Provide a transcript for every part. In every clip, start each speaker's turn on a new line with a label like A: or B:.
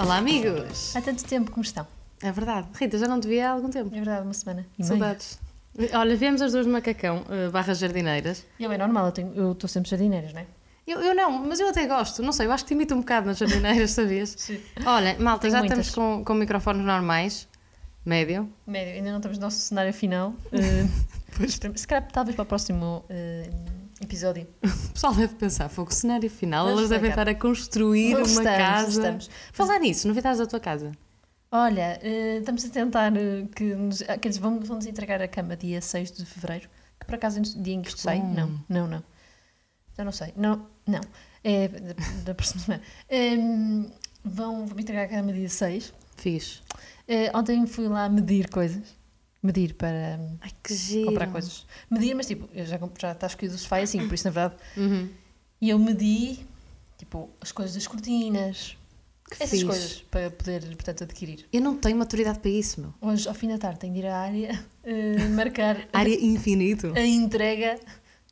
A: Olá, amigos!
B: Há tanto tempo, como estão?
A: É verdade. Rita, já não te via há algum tempo.
B: É verdade, uma semana e meia.
A: Saudades. Olha, viemos as duas de macacão, eh, barra jardineiras.
B: E eu é normal, eu tenho- eu estou sempre jardineiras, não é?
A: Eu, eu não, mas eu até gosto. Não sei, eu acho que te imito um bocado nas jardineiras, sabias?
B: Sim.
A: Olha, malta,
B: Tenho
A: já
B: muitas.
A: estamos com, com microfones normais, médio.
B: Médio, ainda não estamos no nosso cenário final. Eh, espera- se calhar, talvez para o próximo eh, episódio.
A: O pessoal deve pensar, foi o cenário final,
B: Vamos
A: elas devem
B: explicar.
A: estar a construir
B: Não
A: uma
B: estamos, não
A: casa.
B: estamos.
A: Falar nisso, novidades da tua casa.
B: Olha, eh, estamos a tentar eh, que nos. ah, Que eles vão, vão nos entregar a cama dia 6 de fevereiro. Que por acaso é no dia em que isto sai?
A: bom.
B: Não, não, não. Já não sei. Não, não. É da, da próxima semana. Em, vão, vão me entregar a cama dia 6.
A: Fiz.
B: Eh, ontem fui lá medir coisas. Medir para hum,
A: Ai, que giro.
B: comprar coisas. Medir, mas tipo, eu já, comp- já está escolhido o sofá e assim, por isso na verdade.
A: Uhum.
B: E eu medi, tipo, as coisas das cortinas,
A: Que
B: essas
A: fixe.
B: coisas, para poder, portanto, adquirir.
A: Eu não tenho maturidade para isso, meu.
B: Hoje, ao fim da tarde, tenho de ir à área eh, marcar
A: Área infinito.
B: a entrega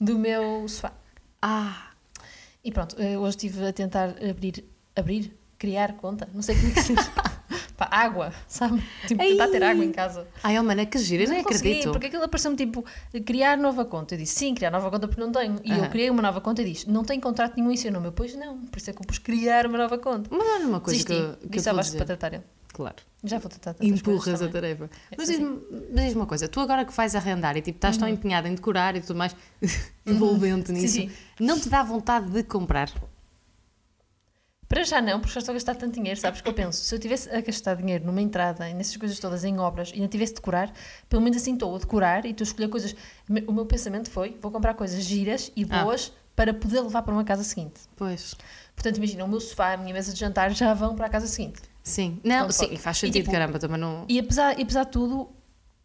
B: do meu sofá.
A: Ah,
B: E pronto, eh, hoje estive a tentar abrir, abrir, criar conta, não sei como é que se diz. Pá, água, sabe? Tipo, tentar ter
A: Ai.
B: água em casa.
A: ai, oh, mano, que giro, eu
B: Mas
A: nem
B: não consegui,
A: acredito.
B: porque aquilo apareceu-me tipo, criar nova conta. Eu disse, sim, criar nova conta porque não tenho. E
A: Aham.
B: eu criei uma nova conta e disse, não tenho contrato nenhum em seu nome. Eu, pois não, por isso é que eu pus criar uma nova conta.
A: Mas olha uma coisa
B: Desisti,
A: que, que eu
B: disse
A: vou
B: ao Vasco
A: dizer.
B: para tratar ele.
A: Claro.
B: Já vou tratar de outras coisas
A: Empurras a
B: também.
A: tarefa. Mas
B: sim.
A: diz-me mas diz-me uma coisa, tu agora que vais arrendar e tipo, estás tão empenhada em decorar e tudo mais, envolvente nisso,
B: Uhum. sim.
A: não te dá vontade de comprar?
B: Para já não, porque já estou a gastar tanto dinheiro, sabes? Que eu penso, se eu tivesse a gastar dinheiro numa entrada e nessas coisas todas em obras e ainda tivesse de decorar, pelo menos assim estou a decorar e estou a escolher coisas. O meu pensamento foi: vou comprar coisas giras e
A: Ah.
B: boas para poder levar para uma casa seguinte.
A: Pois.
B: Portanto, imagina, o meu sofá, a minha mesa de jantar já vão para a casa seguinte.
A: Sim. Não,
B: Não
A: sim,
B: pode.
A: e faz
B: E,
A: sentido,
B: tipo,
A: caramba, também não.
B: E apesar, e apesar de tudo,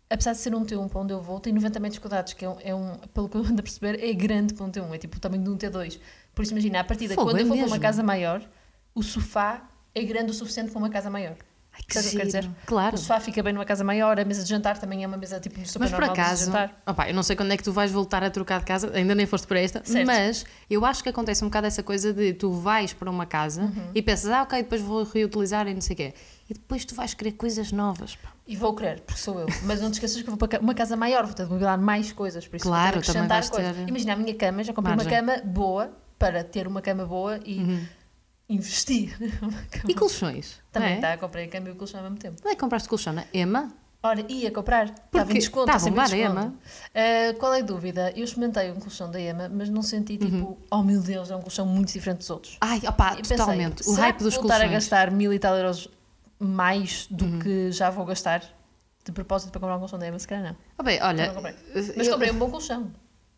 B: apesar de ser um T1 para onde eu vou, tem 90 metros quadrados, que é um, é um- pelo que eu ando a perceber, é grande para um T1, é tipo o tamanho de um T2. Por isso, imagina, a partir de
A: Fogo,
B: quando
A: é
B: eu for para
A: mesmo?
B: uma casa maior, o sofá é grande o suficiente para uma casa maior.
A: Ai, que
B: Sabe o que eu quero
A: giro.
B: dizer?
A: Claro.
B: O sofá fica bem numa casa maior, a mesa de jantar também é uma mesa tipo super
A: Mas por
B: normal de
A: acaso,
B: jantar.
A: opá, eu não sei quando é que tu vais voltar a trocar de casa, ainda nem foste para esta,
B: Certo.
A: mas eu acho que acontece um bocado essa coisa de tu vais para uma casa
B: Uhum.
A: e pensas, ah, ok, depois vou reutilizar e não sei o quê. E depois tu vais querer coisas novas. pá.
B: E vou querer, porque sou eu. Mas não te esqueças que eu vou para ca- uma casa maior, vou ter de mobilar mais coisas, por isso
A: Claro,
B: vou ter de
A: também
B: acrescentar
A: vais ter-
B: coisas. Imagina, a minha cama, já comprei uma
A: Margem. Uhum.
B: cama boa para ter uma cama boa e investir numa cama.
A: E colchões.
B: Uhum. Também
A: não é?
B: tá, comprei a cama e o colchão ao mesmo tempo.
A: Onde é que compraste colchão? Na Ema?
B: Ora, ia comprar, estava em
A: Porque
B: desconto,
A: tá a
B: estava sempre em
A: bombar a
B: desconto.
A: Ema.
B: Ah, qual é a dúvida? Eu experimentei um colchão da Ema, mas não
A: Uhum.
B: senti tipo, oh meu Deus, é um colchão muito diferente dos outros.
A: Ai, opá,
B: E pensei,
A: Ah, totalmente. o
B: será
A: hype
B: que
A: dos
B: vou estar a
A: colchões. Uhum.
B: gastar mil e tal euros mais do que já vou gastar de propósito para comprar um colchão da Ema? Se calhar não.
A: Ah, bem, olha,
B: Não comprei.
A: eh,
B: Mas
A: eu-
B: comprei um bom colchão.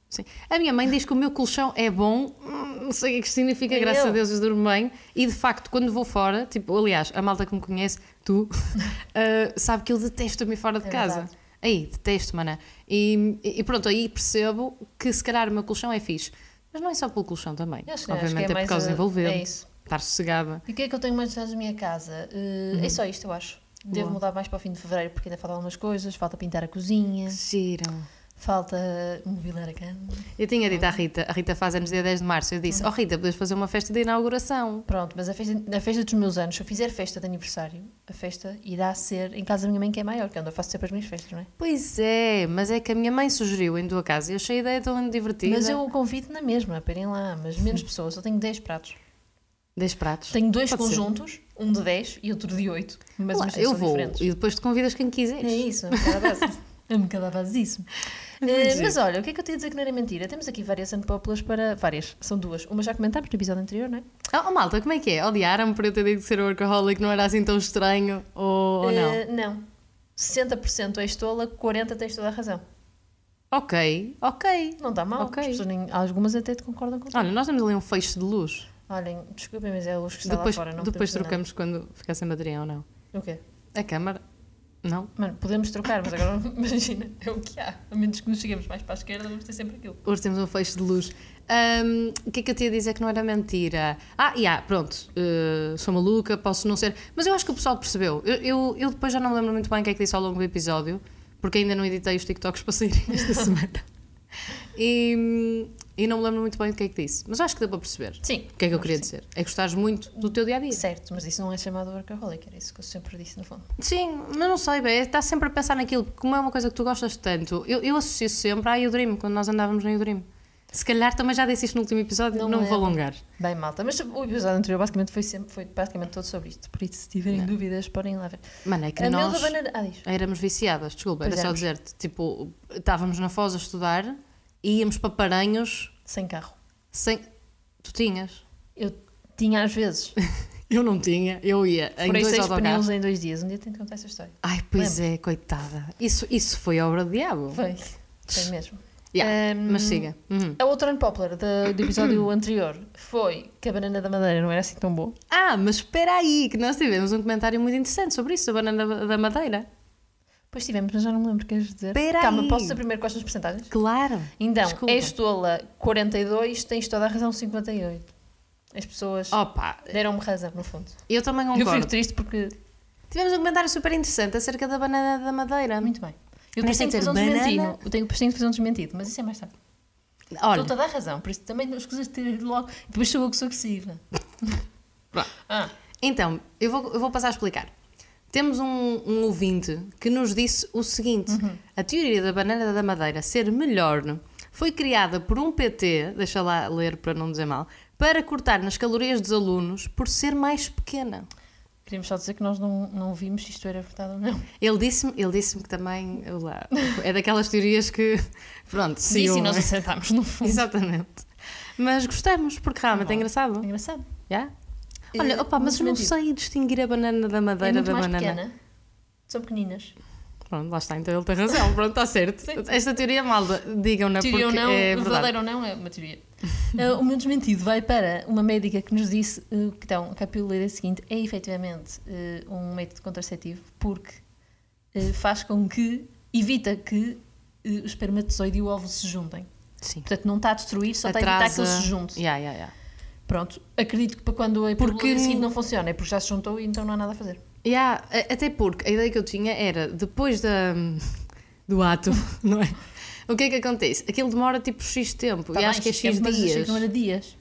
A: sim. a minha mãe diz que o meu colchão é bom, hum, não sei o que é que isto significa,
B: Nem
A: graças
B: eu.
A: a Deus eu durmo bem. E de facto, quando vou fora, tipo, aliás, a malta que me conhece, tu, eh, sabe que eu detesto me fora de
B: É
A: casa.
B: verdade.
A: Aí, detesto, mané. E, e pronto, aí percebo que se calhar o meu colchão é fixe. Mas não é só pelo colchão também.
B: Eu acho que não, acho que
A: Obviamente
B: é
A: é, por
B: mais,
A: causa
B: eh,
A: de envolver,
B: é isso.
A: estar sossegada.
B: E o que é que eu tenho mais desejo na minha casa? Eh, É só isto, eu acho. Devo
A: Uhum. Boa.
B: mudar mais para o fim de fevereiro porque ainda faltam algumas coisas. Falta pintar a cozinha,
A: Giram.
B: falta mobilar a cama.
A: Eu tinha dito à Rita, a Rita faz anos dia 10 de março, eu
B: Hum.
A: disse, oh Rita, podes fazer uma festa de inauguração.
B: Pronto, mas a festa, a festa dos meus anos, se eu fizer festa de aniversário, a festa irá ser em casa da minha mãe, que é maior, que é onde eu faço sempre as minhas festas, não é?
A: Pois é, mas é que a minha mãe sugeriu em tua casa e eu achei a ideia tão divertida.
B: Mas eu o convido na mesma, parem lá, mas menos pessoas, eu tenho 10 pratos.
A: 10 pratos.
B: Tenho dois
A: Pode ser.
B: conjuntos, um de 10 e outro de 8, mas
A: Lá,
B: os dois
A: eu
B: são
A: vou
B: diferentes.
A: e depois te convidas quem
B: É
A: quiseres.
B: isso, é um bocado à base. É um bocado à base disso. Eh, mas olha, o que é que eu tinha a dizer que não era mentira? Temos aqui várias unpopulas para. Várias, são duas. Uma já comentámos no episódio anterior, não é?
A: Oh, malta, como é que é? Odiaram-me por eu ter dito que ser um workaholic não era assim tão estranho ou, ou não?
B: Eh, não. 60% é estola, 40% tens toda a razão.
A: Ok, ok.
B: Não está mal,
A: Ok.
B: as pessoas nem- algumas até te concordam com
A: Olha, nós temos ali um feixe de luz.
B: Olhem, desculpem, mas é a luz que está
A: Depois,
B: lá fora, não
A: depois
B: podemos
A: trocamos quando ficar sem bateria ou não.
B: fazer nada. O quê?
A: A câmara? Não.
B: Mano, podemos trocar, mas agora imagina, é o que há. A menos que nos cheguemos mais para a esquerda, vamos ter sempre aquilo.
A: Hoje temos um feixe de luz. Ahm, o que é que eu te ia dizer que não era mentira? Ah, e há, pronto, eh, sou maluca, posso não ser. Mas eu acho que o pessoal percebeu. Eu, eu, eu depois já não me lembro muito bem o que é que disse ao longo do episódio, porque ainda não editei os TikToks para saírem esta semana. E, E não me lembro muito bem do que é que disse. Mas acho que deu para perceber.
B: Sim.
A: O que é que eu queria dizer? É gostares muito do teu dia a dia.
B: Certo, mas isso não é chamado workaholic, era isso que eu sempre disse no fundo.
A: Sim, mas não sei, bem, está sempre a pensar naquilo, porque como é uma coisa que tu gostas tanto, eu, eu associo sempre à Dream quando nós andávamos na Dream Se calhar também já disse isto no último episódio,
B: Não
A: não, me vou
B: lembro.
A: alongar.
B: Bem, malta, mas o episódio anterior basicamente foi, sempre, foi basicamente todo sobre isto. Por isso, se tiverem dúvidas, podem lá ver.
A: Mano, é que
B: a
A: nós
B: Melda Banana. Ah, diz.
A: éramos viciadas, desculpa,
B: Pois
A: era só
B: éramos.
A: dizer-te, tipo, estávamos na Foz a estudar e íamos para Paranhos
B: Sem carro.
A: sem... Tu tinhas?
B: Eu tinha às vezes.
A: Eu não tinha, eu ia em
B: Furei
A: dois
B: seis
A: autocarros.
B: pneus em dois dias. Um dia tenho que contar essa história.
A: Ai, pois é, coitada. Isso, isso foi obra do diabo.
B: Foi. Hum. Foi mesmo.
A: Yeah,
B: Ahm,
A: mas siga. Uhum.
B: A outra unpopular da- do episódio anterior foi que a banana da madeira não era assim tão boa.
A: Ah, mas espera aí, que nós tivemos um comentário muito interessante sobre isso, a banana da madeira.
B: Pois tivemos, mas já não me lembro o que queres dizer.
A: Pera
B: Calma,
A: aí.
B: posso dizer primeiro quais são as percentagens?
A: Claro.
B: Então,
A: Desculpa.
B: és tola 42, tens toda a razão 58. As pessoas
A: Opa,
B: deram-me razão, no fundo.
A: eu também
B: Eu fico
A: concordo.
B: triste porque.
A: Tivemos um comentário super interessante acerca da banana da madeira.
B: Muito bem. Eu depois
A: Mas tem
B: tenho
A: que
B: que fazer um
A: ser banana?
B: desmentido. Eu tenho depois tenho que fazer um desmentido, mas isso é mais tarde.
A: Olha,
B: Estou toda a razão, por isso também não escusas de ter ido logo. Depois sou eu que sou agressiva.
A: Pronto.
B: Ah,
A: então, eu vou, eu vou passar a explicar. Temos um, um ouvinte que nos disse o seguinte:
B: Uhum.
A: a teoria da banana da madeira ser melhor foi criada por um PT, deixa lá ler para não dizer mal, para cortar nas calorias dos alunos por ser mais pequena.
B: queríamos só dizer que nós não, não vimos se isto era verdade ou não.
A: Ele disse-me ele disse que também lá, é daquelas teorias que. Pronto,
B: Sim,
A: eu-
B: e nós acertámos no fundo.
A: Exatamente. Mas gostamos, porque
B: Tá
A: realmente é engraçado.
B: Engraçado.
A: Já?
B: É,
A: Olha, opa, mas
B: muito
A: eu não
B: mentido.
A: sei distinguir a banana da madeira
B: é muito
A: da
B: mais
A: banana.
B: pequena. São pequeninas.
A: Pronto, lá está, então ele tem razão. Pronto, está certo. Esta teoria é malda, digam-na porque
B: Teoria ou não,
A: é verdade.
B: verdadeira ou não, é uma teoria. Ah, o meu desmentido vai para uma médica que nos disse ah, que, então, que a pílula seguinte é efetivamente ah, um método contraceptivo porque ah, faz com que, evita que ah, o espermatozoide e o óvulo se juntem.
A: Sim.
B: Portanto, não está a destruir, só está a evitar que eles se juntem.
A: Yeah, yeah, yeah.
B: Pronto, acredito que para quando a pílula
A: Porque-
B: porque... seguinte não funciona é porque já se juntou e então não há nada a fazer.
A: Yeah, a- até porque a ideia que eu tinha era depois da, do ato, não é? O que é que acontece? Aquilo demora tipo X tempo.
B: Tá
A: e
B: bem,
A: acho que é X
B: mas achei
A: dias.
B: que não era dias.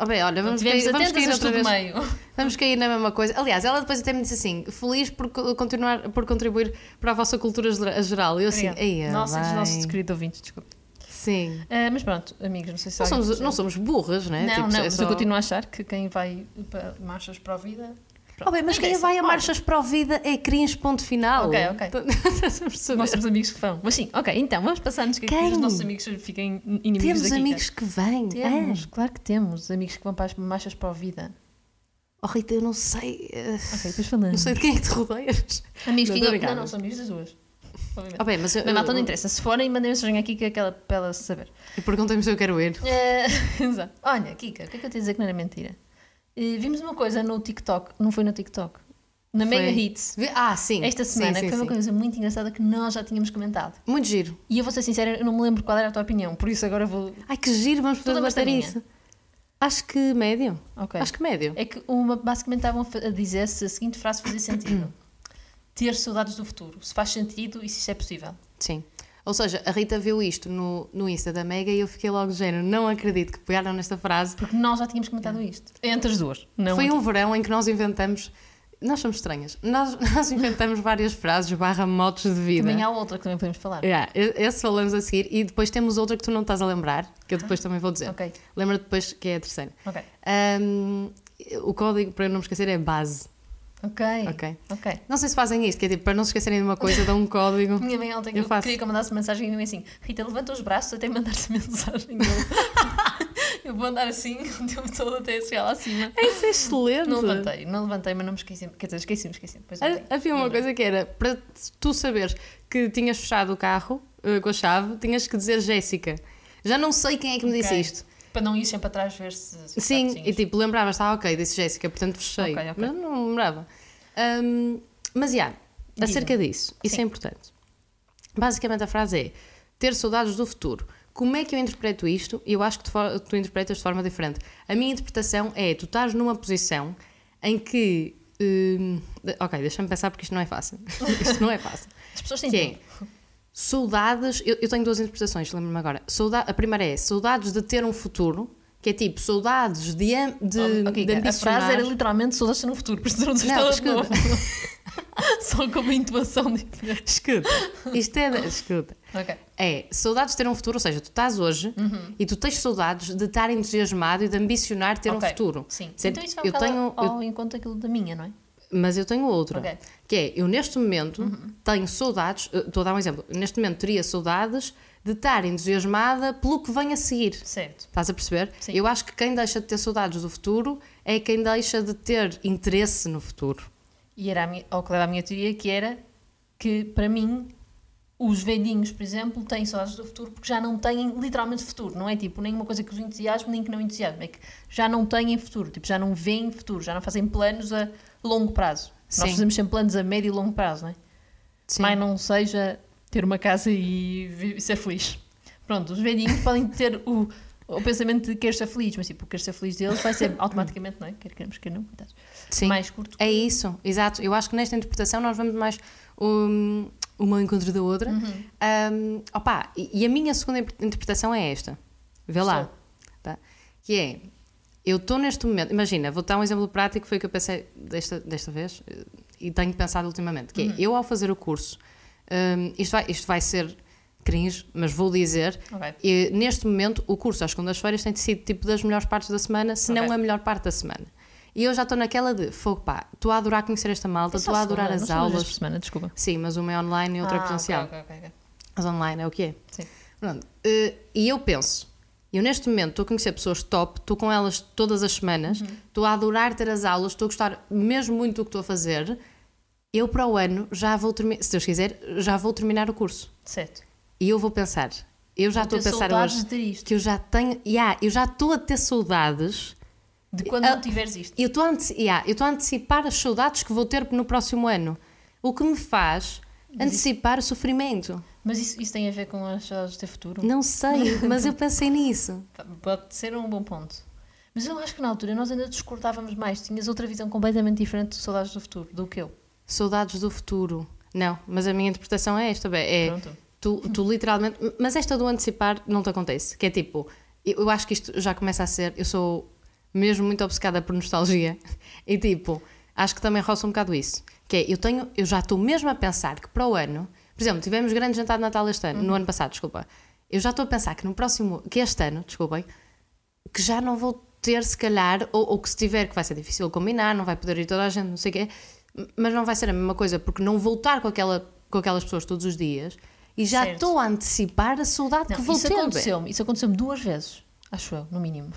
A: Oh, bem, olha, vamos,
B: Tivemos
A: cair, vamos
B: atentas
A: cair
B: a
A: outra
B: estudo
A: vez.
B: meio.
A: Vamos cair na mesma coisa. Aliás, ela depois até me disse assim: feliz por co- continuar por contribuir para a vossa cultura ger- geral. E eu assim,
B: Obrigada.
A: ei,
B: Nossa, dos
A: vai."
B: nossos queridos ouvintes, desculpa.
A: Sim.
B: Ah, mas pronto, amigos, não sei se
A: Não
B: alguém-
A: somos, não somos burras, né?
B: Não,
A: Tipo,
B: não,
A: é
B: mas
A: só-
B: eu continuo a achar que quem vai para marchas para a vida.
A: Oh, bem, mas
B: Não
A: quem
B: interessa.
A: vai a
B: Olha,
A: marchas para o vida é cringe, ponto final.
B: Ok, ok.
A: Estás a perceber?
B: Nós temos amigos que vão. Mas sim, ok, então vamos passar-nos que aqui
A: Quem?
B: os nossos amigos fiquem inimigos
A: Temos
B: daqui.
A: amigos que vêm. É.
B: cara. Temos, claro que temos amigos que vão para as marchas para a vida.
A: Ah, oh, Rita, eu não sei. eh,
B: Ok, depois falando.
A: Não sei de quem é que te rodeias.
B: Amigos que
A: Não, tô
B: não, não,
A: brincando.
B: não, são amigos das duas. Obviamente.
A: Oh, bem, mas eu.
B: Bem, malta, não
A: eu-
B: interessa. Se forem, mandem mensagem aqui que é aquela para ela saber.
A: eu Perguntem-me se eu quero ir.
B: É, exato. Olha, Kika, o que é que eu te ia dizer que não era mentira? Eh, vimos uma coisa no TikTok, não foi no TikTok? Na
A: Foi.
B: Mega Hits,
A: Vi- Ah, sim.
B: esta
A: Sim,
B: semana,
A: sim,
B: que foi uma
A: sim.
B: coisa muito engraçada que nós já tínhamos comentado.
A: Muito giro.
B: E eu vou ser sincera, eu não me lembro qual era a tua opinião, por isso agora vou.
A: Ai, que giro, vamos
B: Tu
A: poder
B: lembras da
A: debater
B: minha?
A: isso. Acho que médio.
B: Ok.
A: Acho que médio.
B: É que uma, basicamente estavam a fa- a dizer se a seguinte frase fazia sentido: Ter saudades do futuro, se faz sentido e se isto é possível.
A: Sim. Ou seja, a Rita viu isto no, no Insta da Mega e eu fiquei logo género, não acredito que pegaram nesta frase.
B: Porque nós já tínhamos comentado isto. Entre as duas. Não
A: Foi um verão em que nós inventamos. Nós somos estranhas. Nós, nós inventamos várias frases barra motos de vida.
B: Também há outra que também podemos falar.
A: Yeah, e- esse falamos a seguir e depois temos outra que tu não estás a lembrar, que eu depois também vou dizer.
B: Ah, Ok,
A: Lembra depois que é a terceira.
B: ok.
A: Ahm, o código para eu não me esquecer é base,
B: Ok.
A: ok?
B: Ok.
A: Não sei se fazem isto, que é tipo, para não se esquecerem de uma coisa, dão um código.
B: Minha mãe ontem
A: Eu
B: eu
A: faço.
B: queria que eu mandasse mensagem e minha mãe assim: Rita, levanta os braços até mandar-se mensagem. Eu, eu vou andar assim o tempo todo até chegar lá acima.
A: Isso é excelente!
B: Não levantei, não levantei, mas não me esqueci. Quer dizer, esqueci-me, esqueci-me. Pois ontem.
A: Ha- Havia uma coisa que era para tu saberes que tinhas fechado o carro eh, com a chave, tinhas que dizer Jéssica. Já não sei quem é que me disse
B: Ok.
A: isto.
B: Para não ir sempre atrás ver se. se
A: Sim,
B: está
A: e
B: assim.
A: tipo, lembravas-te, ah, ok, disse Jéssica, portanto fechei.
B: Ok, ok.
A: Mas não lembrava. Ahm, mas, já,
B: Diga.
A: acerca disso, isso
B: Sim.
A: é importante. Basicamente a frase é, ter saudades do futuro. Como é que eu interpreto isto? Eu acho que tu, for- tu interpretas de forma diferente. A minha interpretação é, tu estás numa posição em que... hum, de- ok, deixa-me pensar porque isto não é fácil. isto não é fácil.
B: As pessoas
A: que
B: têm
A: é,
B: tempo.
A: Saudades, eu, eu tenho duas interpretações, lembro-me agora. Sauda, a primeira é saudades de ter um futuro, que é tipo saudades de, am- de,
B: Oh, Ok,
A: de
B: a
A: ambicionar.
B: frase era literalmente saudades no futuro, por isso não
A: Não,
B: estou de
A: escuta.
B: novo. Só com uma intuação diferente.
A: Escuta, isto é. da- Escuta.
B: Ok.
A: É, saudades de ter um futuro, ou seja, tu estás hoje
B: Uhum.
A: e tu tens saudades de estar entusiasmado e de ambicionar ter um
B: Ok,
A: futuro.
B: Sim.
A: Certo?
B: Então isso vai um
A: eu tenho,
B: bocado
A: eu-
B: ao encontro daquilo da minha, não é?
A: Mas eu tenho outra,
B: Ok. Uhum.
A: que é, eu neste momento tenho saudades, eh, estou a dar um exemplo, neste momento teria saudades de estar entusiasmada pelo que vem a seguir.
B: Certo.
A: Estás a perceber?
B: Sim.
A: Eu acho que quem deixa de ter saudades do futuro é quem deixa de ter interesse no futuro.
B: E era a minha, ao que leva a minha teoria, que era que, para mim, os velhinhos, por exemplo, têm saudades do futuro porque já não têm literalmente futuro. Não é tipo nenhuma coisa que os entusiasme nem que não entusiasme. É que já não têm futuro. Tipo, já não veem futuro. Já não fazem planos a longo prazo.
A: Sim.
B: Nós fazemos sempre planos a médio e longo prazo, não é? Mas não seja ter uma casa e vi- ser feliz. Pronto, os velhinhos podem ter o, o pensamento de querer ser feliz, mas tipo, o querer ser feliz deles vai ser automaticamente, não é? Quer queremos, quer não, coitados.
A: Sim.
B: mais curto.
A: É isso, exato. Eu acho que nesta interpretação nós vamos mais um, uma ao encontro da outra. Um, opa, e, e a minha segunda imp- interpretação é esta. Vê lá.
B: Sim.
A: Tá? Que é, eu estou neste momento, imagina, vou dar um exemplo prático, foi o que eu pensei desta, desta vez eh, e tenho pensado ultimamente, que é, eu ao fazer o curso, um, isto, vai, isto vai ser cringe, mas vou dizer,
B: Ok.
A: e, neste momento, o curso às segundas-feiras tem sido tipo das melhores partes da semana, se não
B: Ok.
A: a melhor parte da semana. E eu já estou naquela de fogo, pá, estou a adorar conhecer esta malta,
B: Só
A: estou a adorar
B: segunda, não
A: as
B: são duas vezes Por
A: aulas.
B: semana, desculpa.
A: Sim, mas uma é online e outra é presencial.
B: Ah, ok, ok, ok.
A: As online é o que é.
B: Sim.
A: Pronto. eh, E eu penso, eu neste momento estou a conhecer pessoas top, estou com elas todas as semanas,
B: Uhum.
A: estou a adorar ter as aulas, estou a gostar mesmo muito do que estou a fazer. Eu para o ano já vou terminar, se Deus quiser, já vou terminar o curso.
B: Certo.
A: E eu vou pensar, eu já estou
B: Vou
A: a
B: ter
A: pensar
B: saudades
A: hoje
B: de ter isto.
A: que eu já tenho, yeah, eu já estou a ter saudades
B: De quando
A: Ah,
B: não tiveres isto.
A: eu estou a, antici- yeah, eu estou a antecipar as saudades que vou ter no próximo ano. O que me faz antecipar o sofrimento.
B: Mas isso, isso tem a ver com as saudades de ter futuro?
A: Não sei, mas eu pensei nisso.
B: Pode ser um bom ponto. Mas eu acho que na altura nós ainda discordávamos mais. Tinhas outra visão completamente diferente de saudades do futuro do que eu.
A: Saudades do futuro. Não, mas a minha interpretação é esta, bem, é
B: Pronto.
A: tu, tu literalmente, mas esta do antecipar não te acontece, que é tipo, eu eu acho que isto já começa a ser, eu sou mesmo muito obcecada por nostalgia e tipo, acho que também roça um bocado isso, que é, eu tenho, eu já estou mesmo a pensar que para o ano, por exemplo, tivemos grande jantar de Natal este ano, no ano passado, desculpa, eu já estou a pensar que no próximo, que este ano, desculpem, que já não vou ter, se calhar, ou, ou que se tiver, que vai ser difícil combinar, não vai poder ir toda a gente, não sei o quê, mas não vai ser a mesma coisa, porque não vou estar com, aquela, com aquelas pessoas todos os dias e já
B: Certo.
A: estou a antecipar a saudade que
B: Não,
A: vou
B: isso
A: ter. bem.
B: aconteceu-me, isso aconteceu-me duas vezes, acho eu, no mínimo.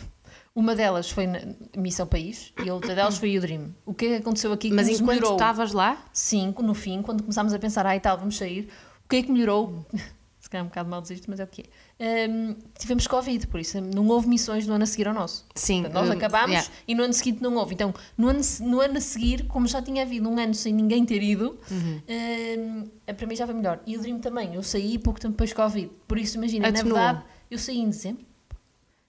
B: Uma delas foi na Missão País e a outra delas foi o Dream. O que é que aconteceu aqui que
A: Mas
B: nos
A: enquanto
B: melhorou?
A: estavas lá,
B: Sim, no fim, quando começámos a pensar, ai tal, vamos sair, o que é que melhorou? Se calhar é um bocado mal dizer isto, mas é o que é. Hum, tivemos Covid, por isso não houve missões no ano a seguir ao nosso.
A: Sim,
B: Portanto, nós
A: hum,
B: acabámos
A: yeah.
B: e no ano seguinte não houve. Então, no ano, se- no ano a seguir, como já tinha havido um ano sem ninguém ter ido,
A: Uhum.
B: hum, para mim já foi melhor. E o Dream também, eu saí pouco tempo depois de Covid. Por isso, imagina, na
A: Atenuou.
B: verdade, eu saí em dezembro.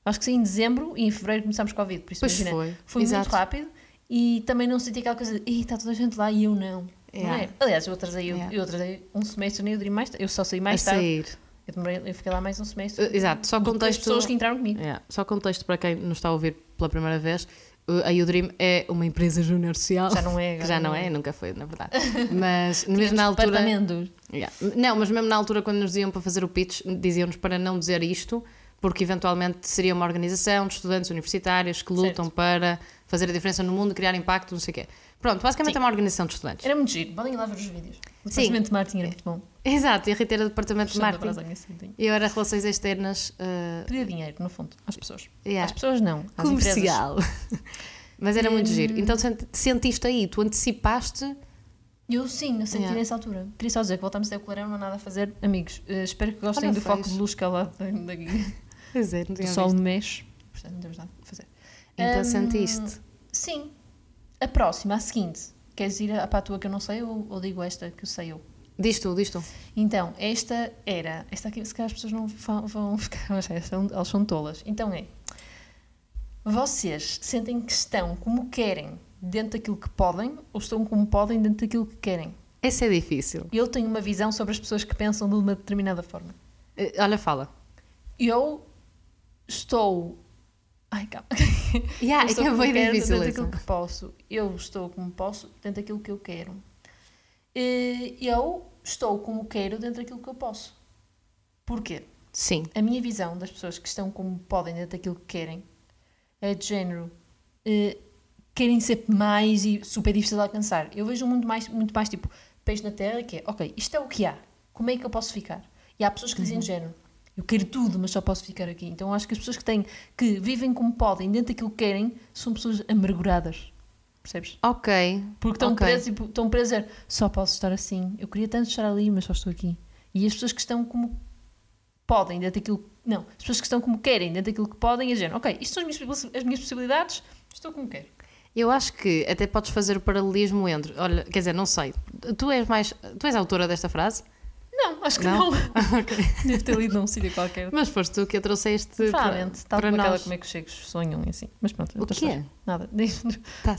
B: Acho que saí em dezembro e em fevereiro começámos Covid. Por isso,
A: Pois
B: imagina,
A: foi,
B: foi
A: exato.
B: muito rápido e também não senti aquela coisa de, "Ih, está toda a gente lá e eu não. Não
A: Yeah.
B: é? Aliás, eu atrasei, eu-
A: Yeah.
B: eu atrasei um semestre nem eu diria mais tarde. Eu só saí mais
A: a
B: tarde.
A: sair.
B: Eu, demorei, eu fiquei lá mais um semestre.
A: Eh, Exato, só
B: do que As
A: contexto.
B: pessoas que entraram comigo.
A: Yeah, Só contexto para quem nos está a ouvir pela primeira vez, eh, a Udream é uma empresa junior social.
B: Já não é,
A: Que
B: agora
A: já não
B: não
A: é,
B: é.
A: nunca foi, na verdade. Mas
B: Tínhamos
A: mesmo na altura.
B: departamentos.
A: Yeah. Não, mas mesmo na altura, quando nos diziam para fazer o pitch, diziam-nos para não dizer isto, porque eventualmente seria uma organização de estudantes universitários que lutam para fazer a diferença no mundo, criar impacto, não sei o quê. Pronto, basicamente é uma organização de estudantes.
B: Era muito giro. Podem ir lá ver os vídeos. O
A: Sim.
B: departamento de marketing era muito bom.
A: Exato, e a Rita era do departamento de
B: Fechando a
A: marketing.
B: brasanha, assim, tem-
A: Eu era relações externas eh,
B: Pedir dinheiro, no fundo, às pessoas.
A: Yeah.
B: Às pessoas não. Às Empresas.
A: comercial. mas era muito giro. Então senti- sentiste aí, tu antecipaste.
B: Eu sim, eu senti
A: Yeah.
B: nessa altura. Queria só dizer que voltámos a Colarão, não há nada a fazer. Amigos, eh, espero que gostem
A: Olha,
B: do foco
A: fez.
B: de luz que é lá tem daqui.
A: Pois é, não
B: Do
A: tinha
B: sol
A: visto.
B: mexe. Portanto, não temos nada a fazer.
A: Então
B: Hum,
A: sentiste.
B: Sim. A próxima, a seguinte. Queres ir à- para a tua que eu não sei ou, ou digo esta que eu sei eu?
A: Diz tu, diz tu.
B: Então, esta era. Esta aqui, se calhar as pessoas não vão, vão ficar, mas é, são, elas são tolas. Então é. Vocês sentem que estão como querem dentro daquilo que podem ou estão como podem dentro daquilo que querem?
A: Essa é difícil.
B: Eu tenho uma visão sobre as pessoas que pensam de uma determinada forma.
A: Eh, Olha, fala.
B: Eu estou. Ai, calma.
A: Yeah,
B: Eu estou
A: é
B: como
A: bem
B: quero,
A: difícil
B: Tento
A: essa.
B: aquilo que posso. Eu estou como posso, dentro daquilo que eu quero. Eh, Eu estou como quero, dentro daquilo que eu posso. Porquê?
A: Sim.
B: A minha visão das pessoas que estão como podem, dentro daquilo que querem, é de género. eh, Querem sempre mais e super difícil de alcançar. Eu vejo muito mais, muito mais tipo peixe na terra que é, ok, isto é o que há. Como é que eu posso ficar? E há pessoas que dizem de género. Eu quero tudo, mas só posso ficar aqui. Então eu acho que as pessoas que têm, que vivem como podem, dentro daquilo que querem, são pessoas amarguradas. Percebes?
A: Ok.
B: Porque estão
A: ok.
B: presas, tipo, estão presas a dizer, só posso estar assim. Eu queria tanto estar ali, mas só estou aqui. E as pessoas que estão como podem, dentro daquilo. Não, as pessoas que estão como querem, dentro daquilo que podem, é género. Ok, isto são as minhas, possi- as minhas possibilidades, estou como quero.
A: Eu acho que até podes fazer o paralelismo entre. Olha, quer dizer, não sei. Tu és mais. Tu és a autora desta frase,
B: Não, acho que não.
A: Não?
B: Devo ter lido num sítio qualquer.
A: mas foste tu que a trouxeste
B: Provavelmente,
A: para,
B: tal
A: para
B: como aquela
A: nós.
B: como é que os chegos sonham e assim. Mas pronto,
A: O
B: outras
A: quê?
B: coisas. Nada. diz-
A: Tá.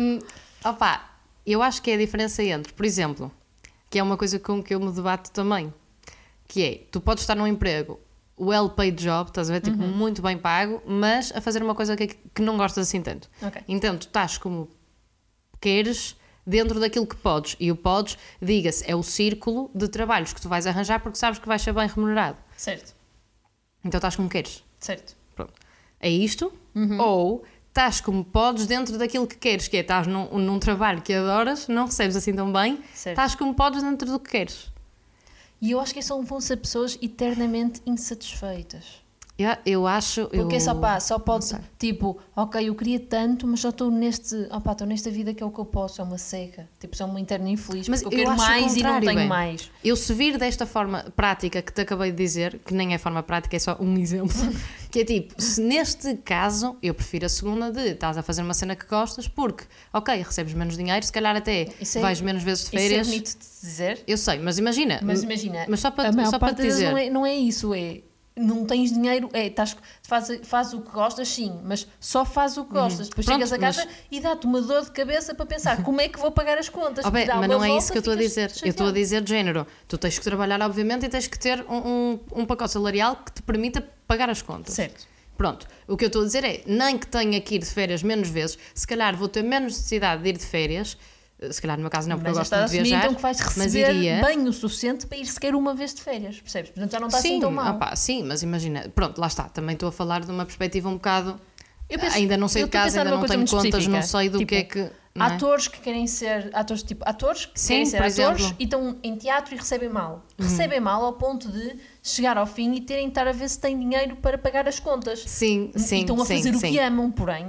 A: Hum, opa, eu acho que é a diferença entre, por exemplo, que é uma coisa com que eu me debato também, que é, tu podes estar num emprego well paid job, estás a ver, tipo, muito bem pago, mas a fazer uma coisa que, que não gostas assim tanto.
B: Ok.
A: Então, tu estás como queres dentro daquilo que podes. E o podes, diga-se, é o círculo de trabalhos que tu vais arranjar porque sabes que vais ser bem remunerado.
B: Certo,
A: Então estás como queres.
B: certo.
A: Pronto. É isto?
B: Uhum.
A: Ou estás como podes dentro daquilo que queres, que é estás num, num trabalho que adoras, não recebes assim tão bem,
B: Certo.
A: estás como podes dentro do que queres.
B: E eu acho que são, vão ser pessoas eternamente insatisfeitas.
A: Eu, eu acho.
B: Porque é
A: eu...
B: só pá, só pode,
A: sei.
B: tipo, ok, eu queria tanto, mas só estou neste, opá, estou nesta vida que é o que eu posso, é uma seca. Tipo, sou uma interna infeliz,
A: Mas
B: porque
A: eu
B: eu quero
A: acho o
B: mais e não
A: contrário,
B: tenho
A: bem.
B: mais.
A: Eu se vir desta forma prática que te acabei de dizer, que nem é forma prática, é só um exemplo, que é tipo, se neste caso, eu prefiro a segunda de estás a fazer uma cena que gostas, porque, ok, recebes menos dinheiro, se calhar até
B: Isso é-
A: vais menos vezes
B: Isso
A: de
B: é
A: férias.
B: bonito de dizer,
A: eu sei, mas imagina.
B: mas imagina,
A: mas só para,
B: a maior
A: só para
B: parte
A: te
B: delas
A: dizer.
B: Não, é, não é isso, é, não tens dinheiro, é, estás, faz, faz o que gostas sim, mas só faz o que gostas. Depois
A: Uhum. Pronto,
B: chegas a casa e dá-te uma dor de cabeça para pensar, como é que vou pagar as contas?
A: Oh, bem,
B: Dá
A: mas
B: uma
A: não é isso
B: volta,
A: que eu estou a
B: ficas
A: dizer. Eu estou a
B: chateado.
A: dizer de género. Tu tens que trabalhar, obviamente, e tens que ter um, um, um pacote salarial que te permita pagar as contas.
B: Certo.
A: Pronto. O que eu estou a dizer é, nem que tenha que ir de férias menos vezes, se calhar vou ter menos necessidade de ir de férias. eh, Se calhar no meu caso não, porque
B: Mas já
A: eu gosto
B: está a
A: muito de
B: assumir
A: viajar.
B: então que vais
A: mas
B: receber
A: iria.
B: bem o suficiente para ir sequer uma vez de férias, percebes? Portanto já não está assim
A: sim,
B: tão mal.
A: opá, sim, mas imagina. Pronto, lá está. Também estou a falar de uma perspectiva um bocado.
B: Eu penso-
A: ainda não sei
B: eu
A: de
B: estou a
A: casa,
B: pensar
A: ainda
B: numa
A: não
B: coisa
A: tenho
B: muito
A: contas, não
B: específica,
A: sei do que é
B: tipo,
A: que. não é?
B: Atores que querem ser atores tipo atores que
A: Sim,
B: querem ser
A: por
B: atores
A: exemplo. Uhum.
B: e estão em teatro e recebem mal. Recebem mal ao ponto de chegar ao fim e terem de estar a ver se têm dinheiro para pagar as contas.
A: Sim, sim.
B: e estão Né? Então, a
A: sim,
B: fazer o
A: sim.
B: que é. amam, porém,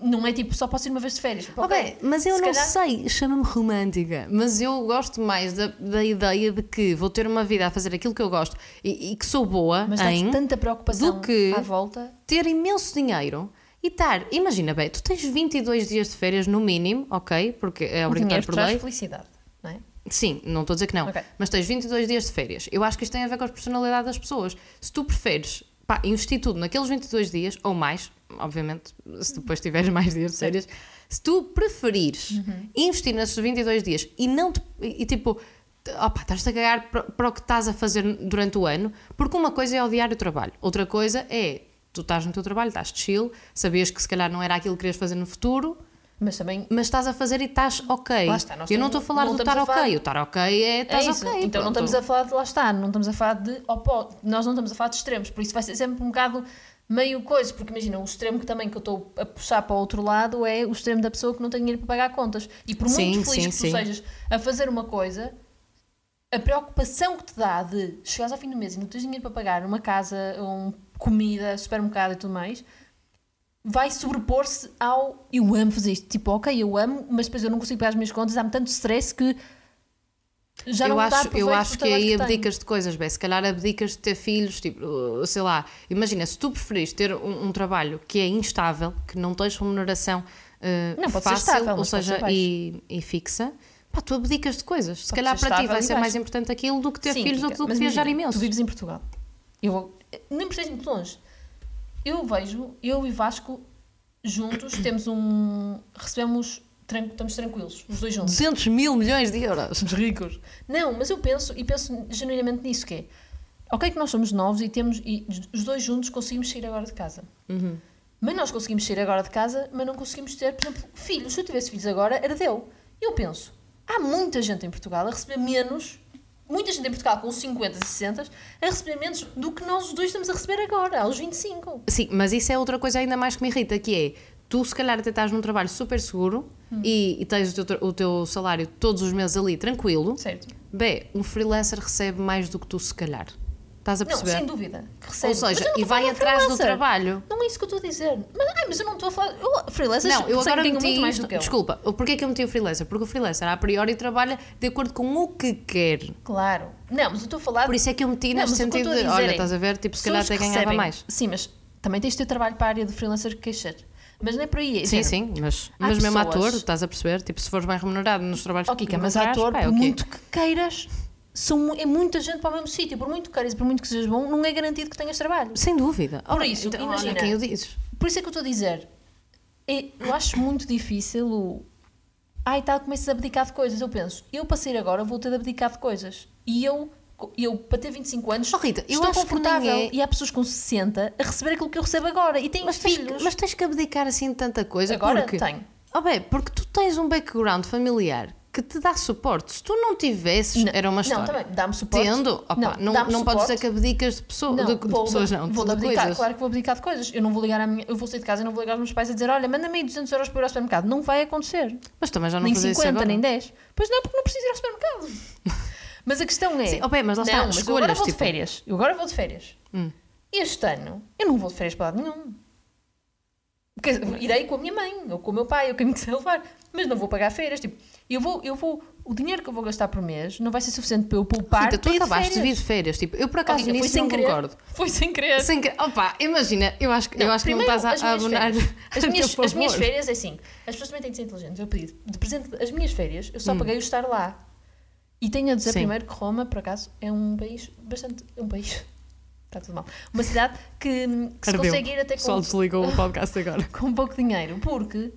B: não é tipo só posso ir uma vez de férias. Tipo,
A: Ok, mas eu
B: se
A: não
B: calhar-
A: sei, chama-me romântica, mas eu gosto mais da, da ideia de que vou ter uma vida a fazer aquilo que eu gosto e, e que sou boa
B: Mas dá-te
A: em
B: tanta preocupação
A: do que-
B: à volta.
A: ter imenso dinheiro e estar. Imagina, bem, tu tens 22 dias de férias no mínimo, ok? Porque é
B: o
A: obrigado
B: dinheiro
A: por
B: traz
A: lei.
B: felicidade, não é?
A: Sim, não estou a dizer que não.
B: Ok.
A: Mas tens 22 dias de férias. Eu acho que isto tem a ver com a personalidade das pessoas. Se tu preferes pá, investir tudo naqueles 22 dias, ou mais, obviamente, se depois tiveres mais dias de férias, se tu preferires investir nesses 22 dias e não te, e, e, tipo, te- opá, estás-te a cagar para para o que estás a fazer durante o ano, porque uma coisa é odiar o trabalho, outra coisa é tu estás no teu trabalho, estás chill, sabias que se calhar não era aquilo que querias fazer no futuro,
B: Mas também
A: mas estás a fazer e estás ok.
B: Lá está, nós
A: eu não estou
B: estamos-
A: a falar
B: não
A: do
B: estamos
A: estar
B: a falar-
A: ok. O estar ok é
B: É
A: estás
B: isso.
A: ok.
B: então não
A: pronto.
B: estamos a falar de lá está, não estamos a falar de opó, nós não estamos a falar de extremos, por isso vai ser sempre um bocado meio coisa, porque imagina, um extremo que também que eu estou a puxar para o outro lado é o extremo da pessoa que não tem dinheiro para pagar contas. E por muito
A: Sim,
B: feliz
A: sim,
B: que tu
A: sim.
B: sejas a fazer uma coisa, a preocupação que te dá de chegares ao fim do mês e não tens dinheiro para pagar uma casa, um, comida, supermercado e tudo mais, vai sobrepor-se ao eu amo fazer isto. Tipo, ok, eu amo, mas depois eu não consigo pagar as minhas contas, há-me tanto stress que já
A: eu
B: não dá
A: acho,
B: proveito
A: eu
B: do
A: acho que
B: trabalho
A: aí
B: tenho.
A: abdicas de coisas, bem. Se calhar abdicas de ter filhos, tipo, uh, sei lá. Imagina, se tu preferires ter um, um trabalho que é instável, que não tens remuneração uh,
B: Não, pode ser
A: fácil,
B: estável,
A: ou
B: mas pode
A: seja,
B: ser baixo.
A: e, e fixa, pá, tu abdicas de coisas. Se
B: Pode
A: calhar
B: ser
A: para ti
B: estável
A: vai
B: e
A: ser
B: baixo.
A: mais importante aquilo do que ter
B: Sim,
A: filhos ou
B: Kika,
A: do que
B: mas
A: viajar
B: imagina,
A: imenso.
B: Tu vives em Portugal. Eu vou- nem precisas ir muito longe. Eu vejo, eu e Vasco juntos temos um recebemos tran- estamos tranquilos, os dois juntos.
A: 200 mil milhões de euros.
B: Somos ricos. Não, mas eu penso, e penso genuinamente nisso, que é, ok que nós somos novos e temos, e os dois juntos conseguimos sair agora de casa.
A: Uhum.
B: Mas nós conseguimos sair agora de casa, mas não conseguimos ter, por exemplo, filhos. Se eu tivesse filhos agora, herdeu. E eu penso, há muita gente em Portugal a receber menos, muita gente em Portugal com 50, 60, a receber menos do que nós os dois estamos a receber agora, aos 25.
A: Sim, mas isso é outra coisa ainda mais que me irrita, que é tu se calhar até estás num trabalho super seguro
B: Hum.
A: e, e tens o teu, tra- o teu salário todos os meses ali tranquilo.
B: Certo?
A: B, um freelancer recebe mais do que tu se calhar. Estás a
B: Não,
A: perceber?
B: sem dúvida. que recebe.
A: Ou seja,
B: Mas eu não
A: e
B: estou a
A: vai
B: falar de
A: atrás do
B: freelancer.
A: trabalho.
B: Não é isso que eu estou a dizer. Mas, ai, mas eu não estou a falar. Eu, freelancers
A: Não, eu agora
B: recebem
A: meti
B: muito mais
A: isto-
B: do que eu.
A: Desculpa, porquê é que eu meti o freelancer? Porque o freelancer, a priori, trabalha de acordo com o que quer.
B: Claro. Não, mas eu estou a falar.
A: Por isso é que eu meti
B: Ah, Não,
A: neste
B: mas o que eu
A: sentido
B: estou
A: de,
B: a dizer
A: olha,
B: é,
A: estás a ver, tipo, se calhar
B: pessoas
A: até
B: que
A: ganhava
B: recebem-
A: mais.
B: Sim, mas também tens de ter trabalho para a área de freelancer que queixar. Mas não é por aí. é
A: Sim,
B: género.
A: sim, mas,
B: Há
A: mas mesmo
B: pessoas-
A: ator, estás a perceber? Tipo, se fores bem remunerado nos trabalhos
B: Ó, Kika,
A: que
B: mas
A: encontrares,
B: ator,
A: pá, é
B: por
A: o quê?
B: muito que queiras, são, mu- é muita gente para o mesmo sítio. Por muito que queiras e por muito que sejas bom, não é garantido que tenhas trabalho.
A: Sem dúvida. Ora,
B: isso,
A: então,
B: imagina.
A: Olha quem o dizes.
B: Por isso é que eu estou a dizer, é- eu acho muito difícil o. Ai, tá, começas a abdicar de coisas. Eu penso, eu para sair agora vou ter de abdicar de coisas. E eu, eu para ter 25 anos,
A: Oh, Rita, eu
B: estou
A: acho que
B: confortável.
A: nem é-
B: E há pessoas com 60 a receber aquilo que eu recebo agora. E têm
A: Mas tens,
B: filhos.
A: mas tens que abdicar assim de tanta coisa.
B: agora
A: porque...
B: tenho.
A: Oh, bem, porque tu tens um background familiar que te dá suporte. Se tu não tivesses,
B: Não,
A: era uma
B: não,
A: história.
B: também, dá-me suporte.
A: Tendo, opa, não,
B: Não,
A: não,
B: dá-me
A: podes
B: suporte.
A: dizer que abdicas de, pessoa, de, de
B: vou,
A: pessoas, não,
B: vou
A: de
B: abdicar,
A: coisas.
B: claro que vou abdicar de coisas. Eu não vou ligar à minha, eu vou sair de casa e não vou ligar aos meus pais a dizer, olha, manda-me aí 200 euros para ir ao supermercado. Não vai acontecer.
A: Mas também já não
B: nem
A: fazes isso
B: 50,
A: agora.
B: nem 10. Pois não, porque não preciso ir ao supermercado. mas a questão é.
A: Sim, ó bem, mas lá está,
B: não, mas eu agora
A: escolhas,
B: vou de
A: tipo- Hum.
B: férias. Eu agora vou de férias. Este ano, eu não vou de férias para lado nenhum. Quer dizer, Irei com a minha mãe, ou com o meu pai, ou quem me quiser levar, mas não vou pagar férias. Tipo, eu vou, eu vou, o dinheiro que eu vou gastar por mês não vai ser suficiente para eu poupar.
A: Rita, tu
B: para ir
A: acabaste de
B: férias.
A: vir de férias. Tipo, eu por
B: Ó,
A: acaso
B: Rita, foi
A: nisso
B: sem
A: não
B: querer.
A: concordo.
B: Foi sem querer.
A: Sem que... Opa, imagina, eu acho que não, eu acho que não
B: primeiro,
A: estás a, a
B: as minhas
A: abonar
B: férias.
A: a
B: As
A: teu
B: minhas,
A: favor.
B: as minhas férias, é assim, as pessoas também têm de ser inteligentes. Eu pedi de presente as minhas férias, eu só paguei o estar lá. E tenho a dizer
A: Hum. Sim.
B: primeiro que Roma, por acaso, é um país bastante. É um país. Está tudo mal. Uma cidade que, hum, que se
A: Ardeu.
B: consegue ir até
A: O pessoal
B: com,
A: desligou o podcast agora.
B: com pouco dinheiro. Porque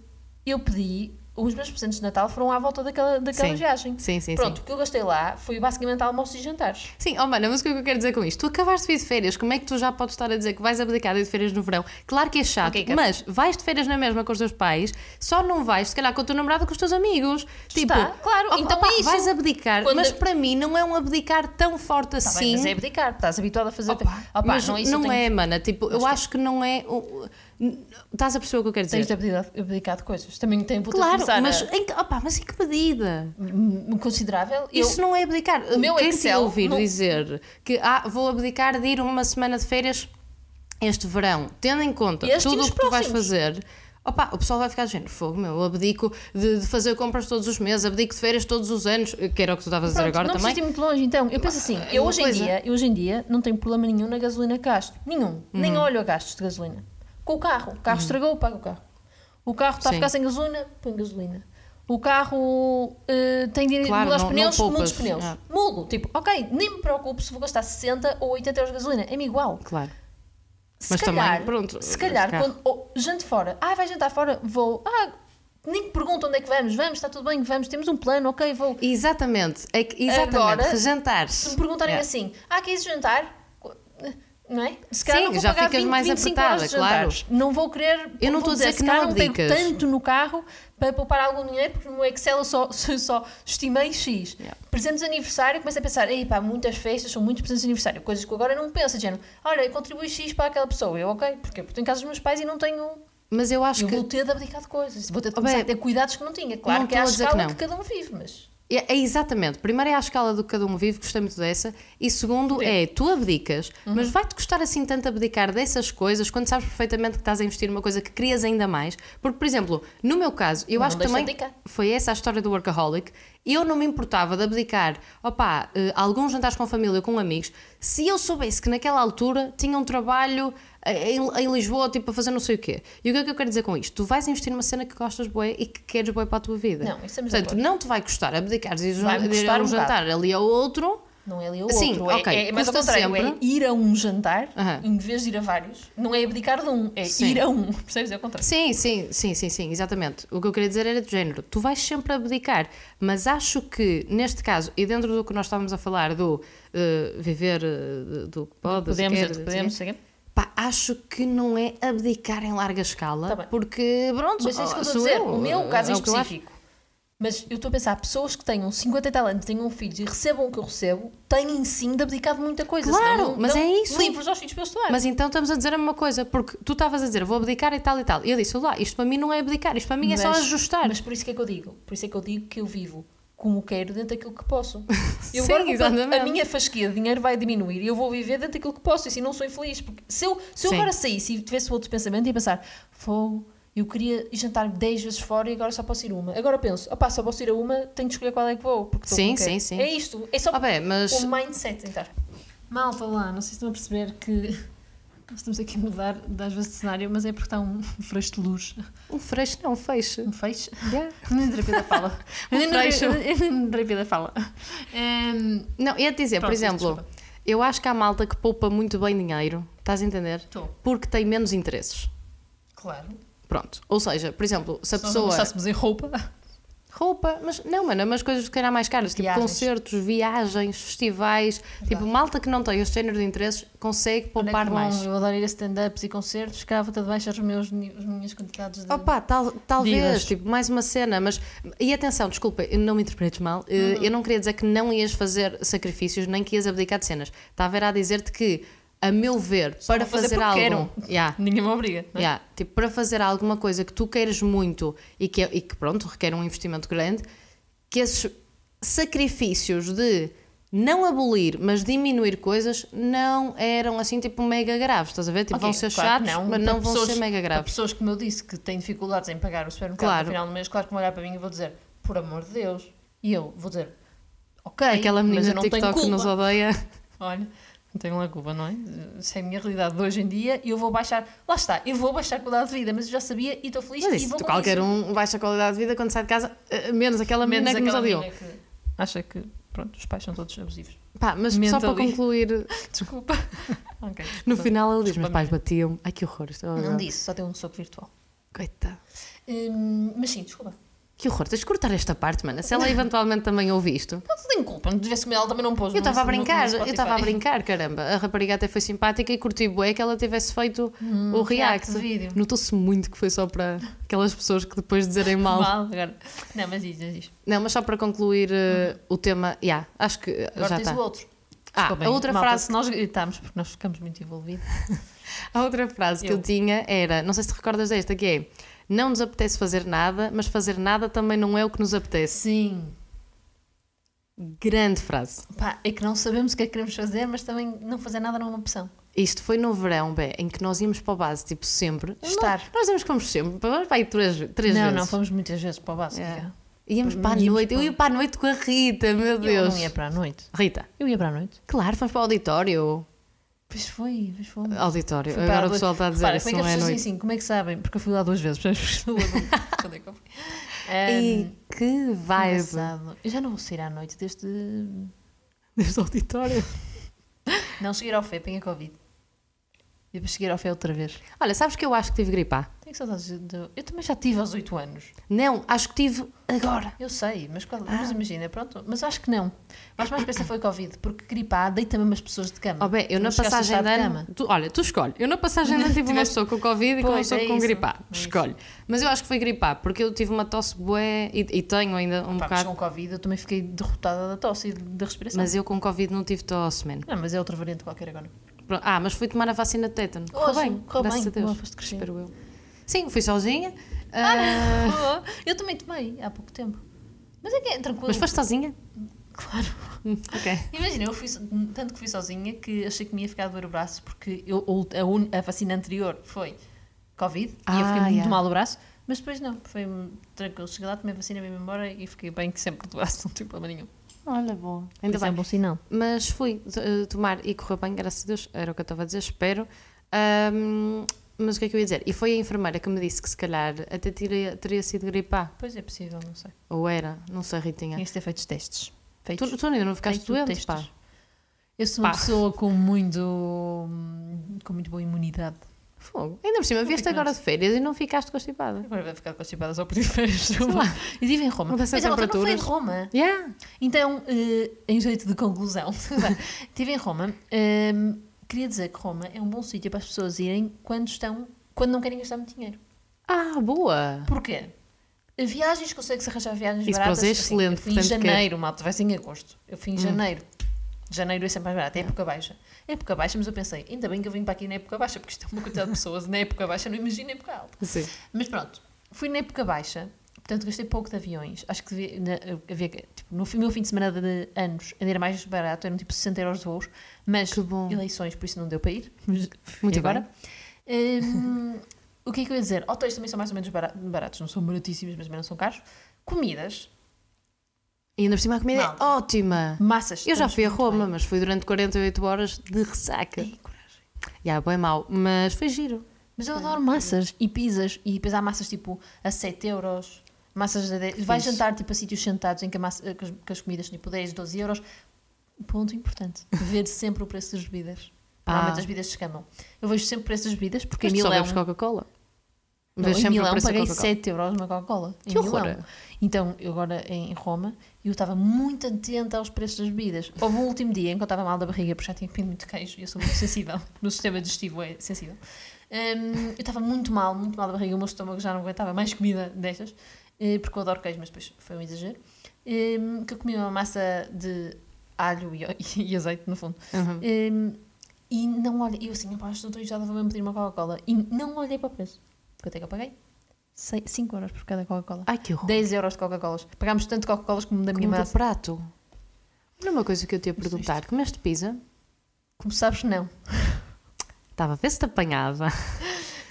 B: eu pedi. Os meus presentes de Natal foram à volta daquela, daquela
A: Sim.
B: viagem.
A: Sim, sim,
B: Pronto,
A: sim.
B: o que eu gastei lá foi basicamente almoços e jantares.
A: Sim, oh mana, mas o que é que eu quero dizer com isto? Tu acabaste de vir de férias, como é que tu já podes estar a dizer que vais abdicar de ir de férias no verão? Claro que é chato,
B: Ok, Kat.
A: mas vais de férias na mesma com os teus pais, só não vais, se calhar, com o teu namorado ou com os teus amigos. Tipo,
B: Está, claro, então é isso.
A: Vais abdicar,
B: Quando-
A: mas para mim não é um abdicar tão forte
B: Tá
A: assim.
B: bem, mas é abdicar, estás habituado a fazer.
A: Opa,
B: Opa,
A: mas
B: não é isso eu tenho-
A: é, mana. Tipo, eu
B: Mas
A: acho que não é. o- n- Estás a perceber o que eu quero
B: Tens de
A: dizer?
B: abdicar, abdicar de coisas. Também tem, vou ter de
A: Claro,
B: começar
A: mas
B: a-
A: em, que- opa, mas em que medida?
B: m- considerável. Eu-
A: Isso não é abdicar.
B: meu
A: Quem
B: Excel
A: te ouvir
B: não-
A: dizer que ah, vou abdicar de ir uma semana de férias este verão, tendo em conta
B: Este e
A: tudo
B: nos
A: o que tu vais
B: próximos.
A: fazer. Opa, o pessoal vai ficar de género, fogo meu, eu abdico de, de fazer compras todos os meses, abdico de férias todos os anos, que era o que tu estavas a
B: Pronto,
A: dizer agora
B: não
A: também. é
B: preciso ir muito longe, então. Eu penso assim, eu
A: uma
B: hoje, em
A: coisa.
B: dia, eu hoje em dia não tenho problema nenhum na gasolina que gasto. Nenhum. Nem
A: Uhum.
B: olho a gastos de gasolina. Com o carro. O carro estragou, pago o carro. O carro está a
A: Sim.
B: ficar sem gasolina, põe gasolina. O carro eh, tem de
A: Claro,
B: mudar os
A: não- não
B: pneus, mudo os
A: poupas,
B: pneus.
A: é.
B: Mudo. Tipo, ok, nem me preocupo se vou gastar 60 ou 80 euros de gasolina. É-me igual.
A: Claro.
B: Se
A: Mas também,
B: calhar,
A: pronto,
B: se calhar,
A: carro.
B: quando, ou jante fora, ah, vai jantar fora, vou, ah, nem me pergunto onde é que vamos, vamos, está tudo bem, vamos, temos um plano, ok, vou.
A: Exatamente, é que, exatamente,
B: Agora,
A: jantares.
B: Se me perguntarem
A: É.
B: assim, ah, queres jantar? Não é? Se calhar
A: Sim,
B: não vou
A: já
B: pagar
A: ficas
B: 20,
A: mais
B: 25
A: apertada,
B: euros de
A: claro.
B: jantares. Não vou querer.
A: Eu não
B: vou
A: estou a dizer que
B: se calhar
A: não
B: pego
A: abdicas.
B: um tanto no carro para poupar algum dinheiro, porque no meu Excel eu só, só, só estimei X.
A: Yeah.
B: Presentes de aniversário, começo a pensar, ei pá, muitas festas, são muitos presentes de aniversário, coisas que eu agora não penso, de género, olha, eu contribuí X para aquela pessoa. Eu, ok, porquê? Porque estou em casa dos meus pais e não tenho
A: Mas eu acho
B: eu
A: que
B: vou ter de abdicar de coisas, vou ter de
A: Oh,
B: começar
A: bem,
B: a ter cuidados que não tinha. Claro
A: não
B: que é a
A: estou a dizer
B: escala
A: que
B: que,
A: não.
B: cada um vive, mas.
A: É, é exatamente. Primeiro é à escala do que cada um vive, gostei muito dessa. E segundo é tu abdicas,
B: Uhum.
A: mas vai-te custar assim tanto abdicar dessas coisas quando sabes perfeitamente que estás a investir numa coisa que querias ainda mais. Porque, por exemplo, no meu caso, eu
B: Não
A: acho que
B: deixa
A: também
B: de abdicar.
A: foi essa a história do workaholic. Eu não me importava de abdicar, opá, eh, alguns jantares com a família ou com amigos, se eu soubesse que naquela altura tinha um trabalho eh, em, em Lisboa, tipo, a fazer não sei o quê. E o que é que eu quero dizer com isto? Tu vais investir numa cena que gostas bué e que queres bué para a tua vida.
B: Não, isso é estamos de
A: Portanto, não te vai custar abdicares de ir
B: Vai-me
A: de ir
B: custar
A: a
B: um
A: um
B: bocado.
A: jantar ali ao outro
B: Não é ali o
A: Sim,
B: outro. É,
A: ok,
B: é, mas ao
A: custa
B: contrário, é
A: sempre.
B: ir a um jantar
A: Aham.
B: em vez de ir a vários. Não é abdicar de um, é
A: Sim.
B: ir a um. Percebes? É o contrário.
A: Sim, sim, sim, sim, sim, exatamente. O que eu queria dizer era de género. Tu vais sempre abdicar, mas acho que neste caso, e dentro do que nós estávamos a falar do eh, viver eh, do que pode,
B: Podemos,
A: quer,
B: podemos, podemos. sei quê.
A: pá, acho que não é abdicar em larga escala,
B: Tá bem.
A: porque pronto,
B: Mas é isso que eu estou
A: sou
B: a dizer. O meu caso
A: é
B: em
A: o que eu acho.
B: específico. Mas eu estou a pensar, pessoas que tenham 50 e tal anos, tenham filhos e recebam o que eu recebo, têm sim de abdicar de muita coisa.
A: Claro,
B: senão não
A: mas
B: dão
A: é isso.
B: Livros aos filhos para eu estudar.
A: Mas então estamos a dizer a mesma coisa, porque tu estavas a dizer vou abdicar e tal e tal. E eu disse, lá, isto para mim não é abdicar, isto para mim é só
B: Mas-
A: ajustar.
B: Mas por isso que é que eu digo. Por isso é que eu digo que eu vivo como quero dentro daquilo que posso. Eu
A: Sim,
B: agora vou-
A: exatamente.
B: a minha fasquia de dinheiro vai diminuir e eu vou viver dentro daquilo que posso. E assim não sou infeliz. Porque se eu, se eu
A: Sim.
B: agora saísse e tivesse outro pensamento e pensar, fogo, eu queria ir jantar 10 vezes fora e agora só posso ir uma. Agora penso, opá, só posso ir a uma, tenho de escolher qual é que vou. Porque estou
A: Sim,
B: como quero."
A: sim, sim.
B: É isto. É só
A: Ah, bem, mas
B: o mindset, então. Malta lá, não sei se estão a perceber que nós estamos aqui a mudar das vezes de cenário, mas é porque está um fresco de luz,
A: um freixo não, um feixe.
B: um feixe.
A: Yeah.
B: Nem terapia da fala.
A: Um
B: Nem
A: freixo.
B: terapia da fala. Ehm,
A: Não, ia te dizer,
B: Pronto,
A: por exemplo,
B: desculpa.
A: eu acho que há malta que poupa muito bem dinheiro, estás a entender?
B: Estou,
A: Porque tem menos interesses.
B: claro.
A: Pronto. Ou seja, por exemplo, se a
B: Se nós não
A: pessoa.
B: gastássemos em roupa.
A: Roupa, mas não, mano, mas coisas que calhar mais caras, tipo
B: Viagens.
A: concertos, viagens, festivais, tipo malta que não tem este género de interesses consegue
B: é
A: poupar mais.
B: Eu adoro ir a stand-ups e concertos, cava-te de baixo as minhas quantidades de.
A: Opa, tal, talvez,
B: Divas.
A: tipo, mais uma cena, mas. E atenção, desculpa, eu não me interpretes mal. eh,
B: Uhum.
A: Eu não queria dizer que não ias fazer sacrifícios, nem que ias abdicar de cenas. Estava era a dizer-te que, a meu ver,
B: Só
A: para
B: vou fazer
A: fazer,
B: porque
A: algo.
B: quero.
A: Yeah,
B: Ninguém me obriga. não é?
A: yeah, tipo, para fazer alguma coisa que tu queiras muito e que, é, e que, pronto, requer um investimento grande, que esses sacrifícios de não abolir, mas diminuir coisas, não eram assim, tipo, mega graves. Estás a ver? Tipo,
B: Ok,
A: vão ser
B: claro que
A: chatos, mas
B: Para
A: não vão
B: pessoas-
A: ser mega
B: para
A: graves.
B: pessoas, como eu disse, que têm dificuldades em pagar o supermercado
A: Claro.
B: no final do mês, claro que vão olhar para mim e vou dizer, por amor de Deus. E eu vou dizer, ok,
A: Aquela menina
B: mas eu
A: do
B: não tenho
A: TikTok que
B: culpa.
A: nos odeia.
B: Olha, não tenho lá culpa, não é? Isso é a minha realidade de hoje em dia e eu vou baixar, lá está, eu vou baixar a qualidade de vida, mas eu já sabia e estou feliz
A: Mas
B: e
A: isso,
B: vou
A: tu,
B: com
A: qualquer
B: isso.
A: um baixa a qualidade de vida quando sai de casa, eh, menos aquela menina
B: Menos
A: que nos
B: aquela
A: odiou.
B: menina que acha que, pronto, os pais são todos abusivos.
A: Pá, mas
B: Menos
A: só para
B: ali.
A: concluir,
B: Desculpa. Ok,
A: no
B: desculpa.
A: final ele diz:
B: Desculpa,
A: meus pais batiam. Ai que horror. isto é
B: Não
A: horror."
B: disse, só deu um soco virtual.
A: Coitado.
B: Hum, mas sim, desculpa.
A: Que horror, tens de cortar esta parte, mano. Se ela eventualmente também ouve isto.
B: Não tenho culpa, não tivesse comido, ela também não pôs.
A: Eu
B: no-
A: estava a
B: no- no
A: brincar, eu
B: Spotify.
A: estava a brincar, caramba. A rapariga até foi simpática e curti bué que ela tivesse feito o
B: Hum, react
A: react.
B: do vídeo.
A: Notou-se muito que foi só para aquelas pessoas que depois dizerem mal.
B: Mal, agora. Não, mas diz, diz. diz.
A: Não, mas só para concluir eh, o tema, yeah, acho que eh,
B: Agora
A: já
B: tens
A: está.
B: o outro.
A: Ah,
B: Desculpem,
A: a outra
B: malta,
A: frase
B: Se nós gritámos, porque nós ficamos muito envolvidos.
A: A outra frase que
B: Eu.
A: eu tinha era, não sei se te recordas desta, que é não nos apetece fazer nada, mas fazer nada também não é o que nos apetece.
B: Sim.
A: Grande frase.
B: Pá, é que não sabemos o que é que queremos fazer, mas também não fazer nada não é uma opção.
A: Isto foi no verão, bem, em que nós íamos para o base, tipo, sempre.
B: Estar.
A: Nós, nós dizemos que fomos sempre, vamos para aí três, três
B: não,
A: vezes.
B: não, fomos muitas vezes para o básico.
A: É.
B: já.
A: Íamos para a
B: Íamos
A: noite, eu
B: para-
A: ia para a noite com a Rita, meu
B: Eu
A: Deus.
B: não ia para a noite.
A: Rita,
B: Eu ia para a noite.
A: claro, fomos para o auditório.
B: Pois foi, pois foi.
A: Auditório,
B: Fui para
A: agora
B: lá
A: o
B: duas-
A: pessoal está a dizer
B: Repara,
A: isso,
B: como é
A: não
B: que as
A: é
B: pessoas
A: noite.
B: dizem assim? Como é que sabem? Porque eu fui lá duas vezes, percebes? Não lembro Quando é que eu fui? É
A: E
B: Ahm,
A: que vibe
B: engraçado. Eu já não vou sair à noite desde.
A: deste auditório.
B: Não, cheguei ao fé, apanhei Covid. E depois cheguei ao fé outra vez.
A: Olha, sabes que eu acho que tive gripe A?
B: Tenho saudades de. Eu também já tive aos 8 anos.
A: Não, acho que tive agora.
B: Eu sei, mas, qual... mas
A: Ah.
B: imagina, pronto. Mas acho que não. Mas mais pensa foi Covid, porque gripar deita mesmo as pessoas de cama.
A: Oh, bem, eu
B: Tu
A: na
B: não chegaste a
A: passagem de
B: estar
A: ano. tu- olha, tu escolhe. Eu na passagem de ano tive uma
B: Tiveste-
A: pessoa com Covid e com uma
B: Pois,
A: pessoa
B: é
A: com
B: isso,
A: gripar.
B: é isso.
A: escolhe. Mas eu acho que foi gripar, porque eu tive uma tosse bué e, e tenho ainda um
B: Pá, mas
A: bocado.
B: com Covid eu também fiquei derrotada da tosse e da respiração.
A: Mas eu com Covid não tive tosse, man.
B: Não, mas é outra variante qualquer agora.
A: Pronto. Ah, mas fui tomar a vacina de tétano. Correu
B: Ótimo,
A: bem,
B: correu
A: graças
B: bem.
A: a Deus.
B: Boa, foste crescendo.
A: Espero eu. Sim, fui sozinha. ah,
B: Oh, eu também tomei há pouco tempo. Mas é que é tranquilo.
A: mas foste sozinha?
B: Claro.
A: Hum, ok.
B: Imagina, eu fui, so- tanto que fui sozinha que achei que me ia ficar a doer o braço porque eu, o- a, un- a vacina anterior foi Covid e eu
A: Ah,
B: fiquei muito
A: yeah.
B: mal o braço, mas depois não, foi um, tranquilo. Cheguei lá, tomei a vacina, vim embora e fiquei bem que sempre do braço, não tem problema nenhum.
A: Olha, boa. Ainda
B: Isso é
A: bem.
B: um bom sinal.
A: Mas fui eh, tomar e correu bem, graças a Deus, era o que eu estava a dizer, espero. Ahm, mas o que é que eu ia dizer? E foi a enfermeira que me disse que se calhar até teria, teria sido gripe A,
B: Pois é possível, não sei.
A: ou era, não sei, Ritinha.
B: Tinhas de ter feito os testes.
A: Tu,
B: Feitos.
A: tu ainda não ficaste
B: Feito
A: doente,
B: testes.
A: pá.
B: Eu sou uma
A: Pá.
B: pessoa com muito. com muito boa imunidade.
A: Fogo. Ainda por cima, vieste
B: que
A: agora de férias e não ficaste constipada.
B: Agora vai ficar constipada só por diferentes. E vive em Roma.
A: Mudança
B: Mas
A: de
B: ela também não foi de
A: temperaturas.
B: Roma.
A: Yeah.
B: Então, eh, em jeito de conclusão, estive em Roma. Ehm, queria dizer que Roma é um bom sítio para as pessoas irem quando estão, quando não querem gastar muito dinheiro.
A: Ah, boa.
B: Porquê? Viagens, consegue-se arranjar viagens
A: Isso para
B: baratas. assim,
A: nós é excelente,
B: eu fui em
A: portanto, que- é- Hum.
B: janeiro, malta, vai ser em agosto. Eu fui em janeiro. Janeiro é sempre mais barato, é época baixa. É época baixa, mas eu pensei, ainda bem que eu vim para aqui na época baixa, porque isto é uma quantidade de pessoas, na época baixa não imagino na época alta.
A: Sim.
B: Mas pronto, fui na época baixa, portanto gastei pouco de aviões. Acho que devia, na- havia, que- tipo, no fi- meu fim de semana de anos ainda era mais barato, eram tipo 60 euros de voos, mas
A: Que bom.
B: eleições, por isso não deu para ir. Mas
A: Muito
B: e agora. Hum, o que é que eu ia dizer? Hotéis também são mais ou menos bara- baratos, não são baratíssimos, mas também não são caros. Comidas,
A: E ainda por cima a comida
B: Malta.
A: é ótima.
B: massas.
A: Eu já
B: estamos
A: fui a
B: muito
A: Roma,
B: bem.
A: mas fui durante 48 horas de ressaca.
B: Ai, coragem.
A: Já, bem mau, mas foi giro.
B: Mas eu adoro massas e pizzas, e depois há massas tipo a 7 euros, massas a 10. Vai
A: Fixe.
B: jantar tipo a sítios sentados em que, a massa- eh, que as, que as comidas são tipo 10, 12 euros. Ponto importante: ver sempre o preço das bebidas.
A: Ah.
B: Normalmente as bebidas se escamam. Eu vejo sempre o preço das bebidas porque
A: Mas
B: em
A: tu só
B: Milão.
A: bebes é Coca-Cola.
B: Não,
A: Vês
B: em
A: sempre o
B: Milão
A: preço da
B: paguei
A: Coca-Cola.
B: 7 euros numa Coca-Cola. Em
A: Que horror.
B: Milão. Então, eu agora em Roma, eu estava muito atenta aos preços das bebidas. Houve um último dia em que eu estava mal da barriga, porque já tinha comido muito queijo e eu sou muito sensível. meu sistema digestivo é sensível. Hum, eu estava muito mal, muito mal da barriga. O meu estômago já não aguentava mais comida destas, eh, porque eu adoro queijo, mas depois foi um exagero. Hum, que eu comi uma massa de alho e, e azeite, no fundo.
A: Uhum.
B: Hum, e não olhei, eu assim, pá, estou autorizada, vou mesmo pedir uma Coca-Cola. E não olhei para o preço. Quanto é que eu paguei? 5 euros por cada Coca-Cola.
A: Ai, que horror.
B: 10 euros de Coca-Colas. Pagámos tanto Coca-Colas como da minha
A: Como do
B: massa.
A: prato. Olha uma coisa que eu te ia perguntar. Comeste pizza?
B: Como sabes, não.
A: Estava a ver se te apanhava.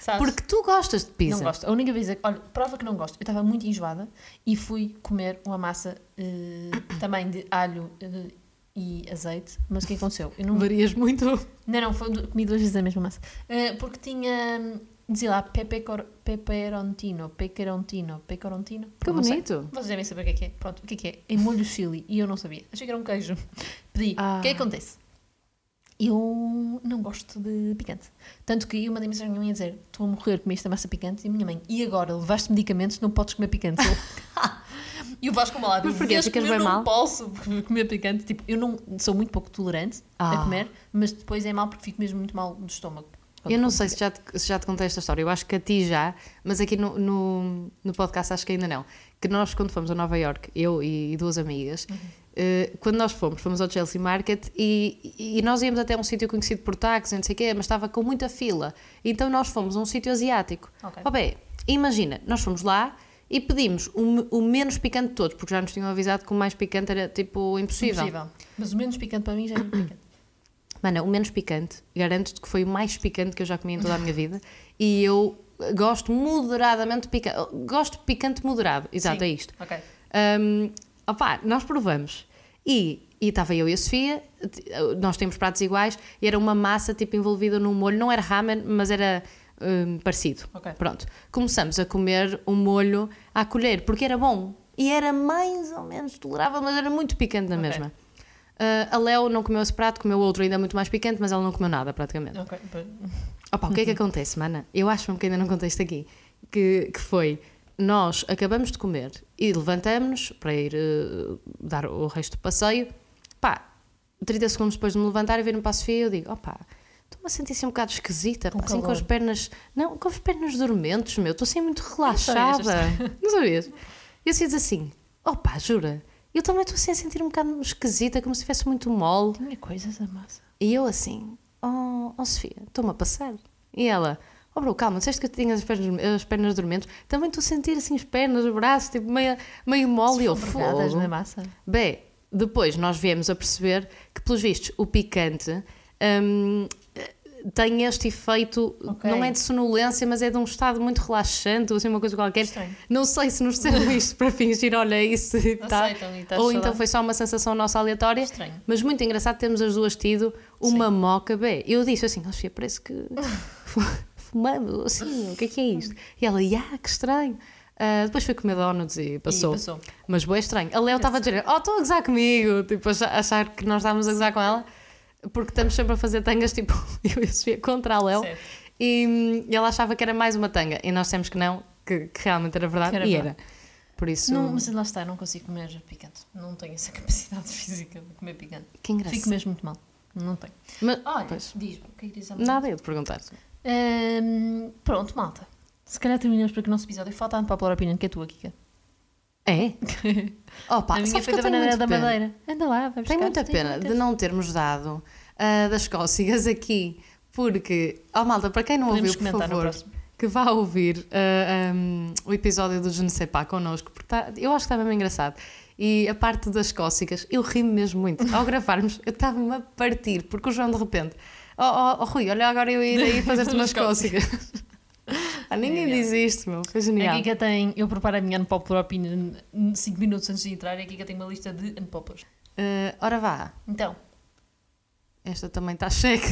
B: Sabes?
A: Porque tu gostas de pizza.
B: Não gosto. A única vez é que, olha, prova que não gosto. Eu estava muito enjoada e fui comer uma massa eh, também de alho eh, e azeite. Mas o que aconteceu? Eu não,
A: Varias muito.
B: não, não, foi, du- comi duas vezes a mesma massa. Eh, porque tinha, hum, dizia lá, pepe cor- peperontino, peperontino, peperontino.
A: Que
B: Não sei.
A: bonito.
B: Vocês devem saber o que é que é. Pronto, o que é que é? É molho chili. E eu não sabia. Achei que era um queijo. Pedi. O
A: Ah.
B: que é que acontece? Eu não gosto de picante. Tanto que eu mandei mensagem à minha mãe a dizer: Estou a morrer com esta massa picante. E a minha mãe: E agora? Levaste medicamentos, não podes comer picante. Eu, e o Vasco Malado:
A: Mas porquê?
B: "Vês
A: Ficas
B: como eu
A: bem
B: não
A: mal?"
B: posso comer picante. Tipo, eu não sou muito pouco tolerante a
A: Ah.
B: comer, mas depois é mal porque fico mesmo muito mal do estômago. Tipo,
A: Eu não sei se já, te, se já te contei esta história, eu acho que a ti já, mas aqui no, no, no podcast acho que ainda não. Que nós, quando fomos a Nova York, eu e, e duas amigas, eh, quando nós fomos, fomos ao Chelsea Market e, e- e nós íamos até um sítio conhecido por táxis, não sei o quê, mas estava com muita fila. Então nós fomos a um sítio asiático.
B: Ok.
A: Oh, bem, imagina, nós fomos lá e pedimos o, me- o menos picante de todos, porque já nos tinham avisado que o mais picante era tipo impossível.
B: Impossível. Mas o menos picante para mim já é muito picante.
A: Mana, o menos picante, garanto-te que foi o mais picante que eu já comi em toda a minha vida. E eu eh, gosto moderadamente de picante. Gosto de picante moderado, exato,
B: Sim.
A: é isto.
B: Ok.
A: Hum, opá, nós provamos. E e estava eu e a Sofia, t- eh, nós temos pratos iguais, e era uma massa tipo envolvida num molho, não era ramen, mas era hum, parecido.
B: Ok.
A: Pronto. Começamos a comer o molho à colher, porque era bom. E era mais ou menos tolerável, mas era muito picante na
B: Ok.
A: mesma. Ah, a Léo não comeu esse prato, comeu outro ainda muito mais picante, mas ela não comeu nada praticamente.
B: Ok.
A: Opa, o que é
B: Uhum.
A: que acontece, mana? Eu acho-me que ainda não contei isto aqui. Que, que foi, nós acabamos de comer e levantamos-nos para ir eh, dar o resto do passeio. Pá, 30 segundos depois de me levantar e vir-me para a Sofia, eu digo, opa, estou-me a sentir assim um bocado esquisita,
B: Com
A: pá, assim com
B: calor.
A: as pernas, não, com as pernas dormentes, meu, estou assim muito
B: sabia esta
A: relaxada. Não sabias? E eu diz assim, opa, jura? Eu também estou assim a sentir um bocado esquisita, como se estivesse muito mole.
B: Tinha coisas a massa.
A: E eu assim, oh, oh Sofia, estou-me a passar. E ela, oh bro, calma, disseste que eu tinha as pernas, as pernas dormentes, também estou a sentir assim as pernas, o braço, tipo meio, meio mole e eu
B: Esfregadas na
A: fogo.
B: massa.
A: Bem, depois nós viemos a perceber que pelos vistos o picante hum, tem este efeito,
B: Ok.
A: não é de sonolência, mas é de um estado muito relaxante, ou assim uma coisa qualquer.
B: Estranho.
A: Não sei se nos disseram isto para fingir, olha isso e tal.
B: Aceitam e estás
A: Ou
B: só
A: então
B: lá.
A: foi só uma sensação nossa aleatória.
B: Estranho.
A: Mas muito engraçado, temos as duas tido uma moca B. Eu disse assim, oh, Sofia, parece que fu- fumamos, assim, o que é que é isto? E ela, ah, que estranho. Ah, depois foi comer donuts e passou.
B: passou.
A: Mas boa, estranho. A Léo estava a dizer, oh, estão a gozar comigo, tipo, a achar que nós estávamos a gozar com ela. porque estamos sempre a fazer tangas, tipo, eu e a Sofia contra a Léo.
B: Certo.
A: E, hum, ela achava que era mais uma tanga. E nós temos que não, que, que realmente era verdade.
B: Que era
A: e
B: verdade.
A: era. Por isso.
B: Não, mas lá está, não consigo comer picante. Não tenho essa capacidade física de comer picante.
A: Que engraçado.
B: Fico mesmo muito mal. Não tenho.
A: Mas-
B: Olha,
A: pois.
B: diz-me, o que é que diz a
A: Nada eu de perguntar.
B: Hum, pronto, malta. Se calhar terminamos para que o nosso episódio. Falta tanto para a Popular Opinion que é tua, Kika.
A: É? Opa,
B: a minha
A: sabes
B: foi
A: que
B: da
A: eu tenho
B: Banana
A: muita
B: da
A: pena.
B: Madeira. Anda lá, vai buscar.
A: Tenho muita
B: Tem
A: pena
B: muitas.
A: de não termos dado ah, das cócegas aqui, porque, oh malta, para quem não
B: Podemos
A: ouviu, por
B: comentar no
A: favor,
B: próximo.
A: que vá ouvir ah, um, o episódio do Je ne sais pas connosco, porque tá- eu acho que estava bem engraçado. E a parte das cócegas, eu ri mesmo muito. Ao gravarmos, eu estava-me a partir, porque o João de repente, oh, oh, oh, Rui, olha agora eu ir aí fazer-te umas
B: Umas
A: cócegas. Ah, ninguém
B: Genial. é-
A: diz isto, meu, foi
B: A
A: genial.
B: Kika tem. Eu preparo a minha Unpopular Opinion 5 minutos antes de entrar e a Kika tem uma lista de Unpopulars.
A: Ah, ora vá,
B: Então,
A: esta também está checa.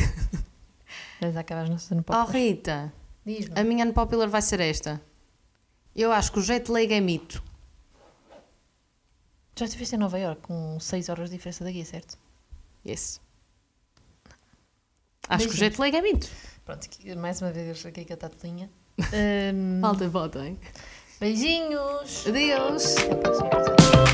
B: vais acabar as nossas
A: Oh,
B: Unpopulars.
A: Rita.
B: Diz-me.
A: A minha unpopular vai ser esta. Eu acho que o jet lag é mito.
B: Já estiveste em Nova Iorque com 6 horas de diferença daqui, certo?
A: Yes. Acho que
B: Beijinhos.
A: o jet lag é mito.
B: Pronto, Kika, mais uma vez a Kika está de linha.
A: Malta, votem.
B: beijinhos!
A: Adeus.
B: Até o próximo episódio.